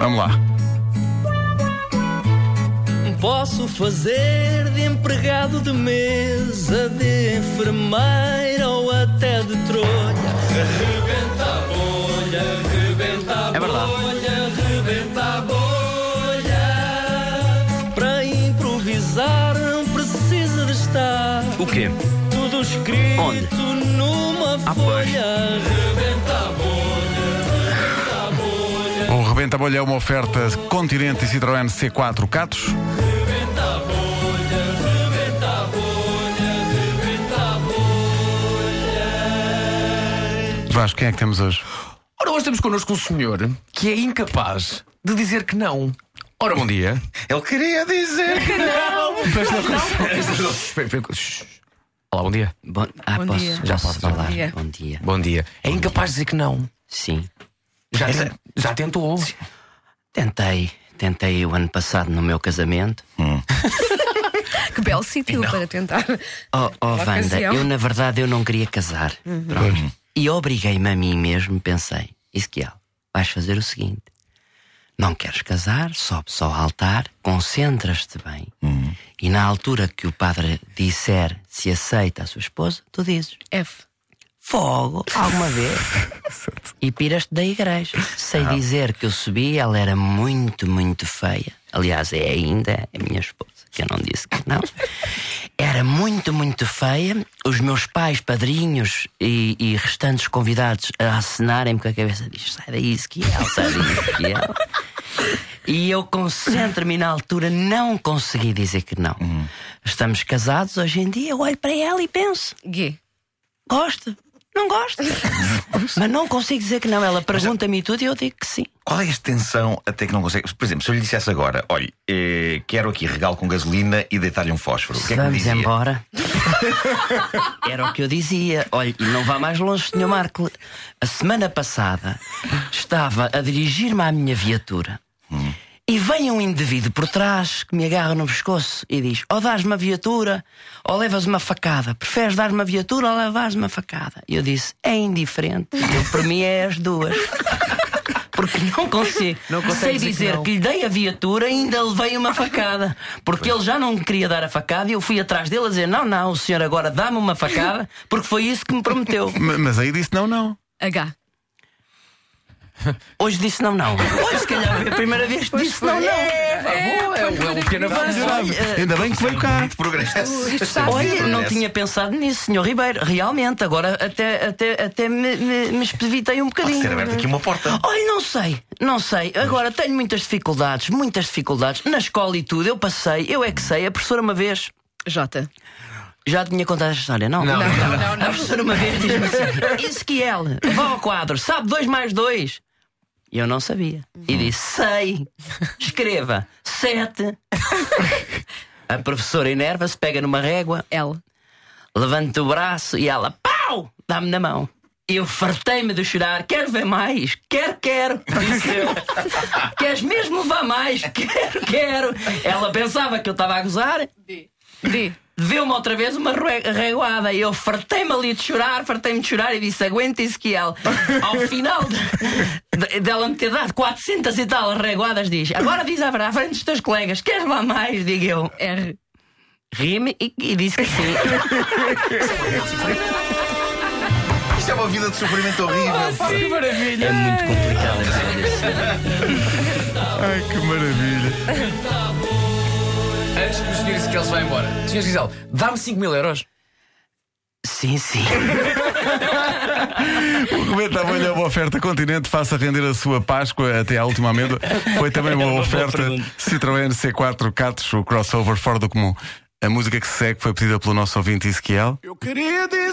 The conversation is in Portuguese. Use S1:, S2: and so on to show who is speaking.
S1: Vamos lá.
S2: Posso fazer de empregado de mesa, de enfermeira ou até de trolha. Rebenta a bolha, rebenta a
S3: É verdade.
S2: bolha, rebenta a bolha. Para improvisar não precisa de estar
S3: O quê?
S2: tudo escrito
S3: Onde? Ah,
S2: numa
S3: pois.
S2: folha. Rebenta a bolha.
S1: O Rebenta a Bolha é uma oferta Continente e Citroën C4 Catos. Vasco, quem é que temos hoje?
S4: Ora, hoje temos connosco um senhor que é incapaz de dizer que não. Ora, bom dia.
S3: Ele queria dizer que não.
S4: Mas não consegue. Olá, bom dia.
S3: Bom, ah,
S5: Bom
S3: posso,
S5: dia.
S3: já
S4: Bom
S3: posso
S4: dia.
S3: falar.
S5: Bom dia.
S3: Bom dia.
S4: Bom dia. É incapaz de dizer que não.
S3: Sim.
S4: Já, ten- já tentou.
S3: Tentei. Tentei o ano passado no meu casamento.
S5: Que belo sítio para tentar.
S3: Oh, oh
S5: Uma
S3: Wanda,
S5: ocasião.
S3: eu na verdade eu não queria casar. Pronto. E obriguei-me a mim mesmo, pensei, Ezequiel, vais fazer o seguinte: não queres casar, sobe só ao altar, concentras-te bem, e na altura que o padre disser se aceita a sua esposa, tu dizes
S5: F.
S3: fogo, alguma vez. e piras-te da igreja. Sei dizer que eu subi, ela era muito, muito feia. Aliás, é ainda a minha esposa, que eu não disse que não. Era muito, muito feia. Os meus pais, padrinhos e, e restantes convidados a acenarem-me com a cabeça diz: sai daí, Ezequiel, sai daí, Ezequiel. E eu concentro-me e na altura, não consegui dizer que não. Estamos casados hoje em dia, eu olho para ela e penso:
S5: G.
S3: Gosto. Não gosto. Mas não consigo dizer que não. Ela pergunta-me tudo e eu digo que sim.
S6: Qual é a extensão até que não consegue? Por exemplo, se eu lhe dissesse agora, olha, eh, quero aqui regalo com gasolina e deitar-lhe um fósforo. O que é que me
S3: Vamos
S6: dizia?
S3: embora. Era o que eu dizia. Olha, e não vá mais longe, Sr. Marco. A semana passada estava a dirigir-me à minha viatura.
S6: Hum.
S3: E vem um indivíduo por trás que me agarra no pescoço e diz: Ou dás-me a viatura ou levas uma facada. Preferes dar-me uma viatura ou levares uma facada? E eu disse: É indiferente. Eu, para mim é as duas. Porque não consigo. Sei dizer, que lhe dei a viatura e ainda levei uma facada. Porque ele já não me queria dar a facada e eu fui atrás dele a dizer: Não, não, o senhor agora dá-me uma facada porque foi isso que me prometeu.
S1: Ma- Mas aí disse não, não.
S5: H.
S3: Hoje disse não, não. Hoje, se calhar, foi a primeira vez que disse não, não.
S4: É, é, um pequeno avanço.
S3: Olha,
S1: Ainda bem que veio cá.
S6: De progresso.
S3: Olha, não
S6: Parece.
S3: tinha pensado nisso, senhor Ribeiro. Realmente, agora até, aaté, até me, me, me espevitei um
S6: Pode
S3: bocadinho.
S6: ter aberto aqui uma porta.
S3: Olha, não sei, não sei. Agora tenho muitas dificuldades, muitas dificuldades. Na escola e tudo, eu passei, eu é que sei. A professora uma vez.
S5: J.
S3: Já tinha contado esta história, não?
S4: Não,
S5: Não, não,
S3: A professora uma vez diz-me assim: Ezequiel, vá ao quadro, sabe dois mais dois E eu não sabia. E disse: Sei, escreva, sete. A professora enerva-se, pega numa régua,
S5: L.
S3: levanta o braço e ela, pau, dá-me na mão. Eu fartei-me de chorar, quero ver mais, quero, quero, disse eu. Queres mesmo levar mais? Quero, quero. Ela pensava que eu estava a gozar,
S5: D.
S3: deu-me outra vez uma rue- reguada e eu fartei-me ali de chorar, fartei-me de chorar e disse: Aguenta Ezequiel. Ao final de- de- dela me ter dado 400 e tal reguadas, diz: Agora diz a verdade, à frente dos teus colegas, queres lá mais? Digo eu.
S5: R.
S3: Rime e, e disse que sim.
S6: Isto é uma vida de sofrimento horrível.
S4: Que maravilha.
S3: É muito complicado.
S1: Ai, que maravilha.
S4: Antes que o senhor Ezequiel se vá embora. Senhor Gisele, dá-me 5 mil euros.
S3: Sim, sim.
S1: Comenta a bolha é uma oferta continente, faça render a sua Páscoa até à última amêndoa. Foi também uma, oferta Citroën C4 Catos, o crossover fora do comum. A música que se segue foi pedida pelo nosso ouvinte Ezequiel.
S4: Eu queria dizer.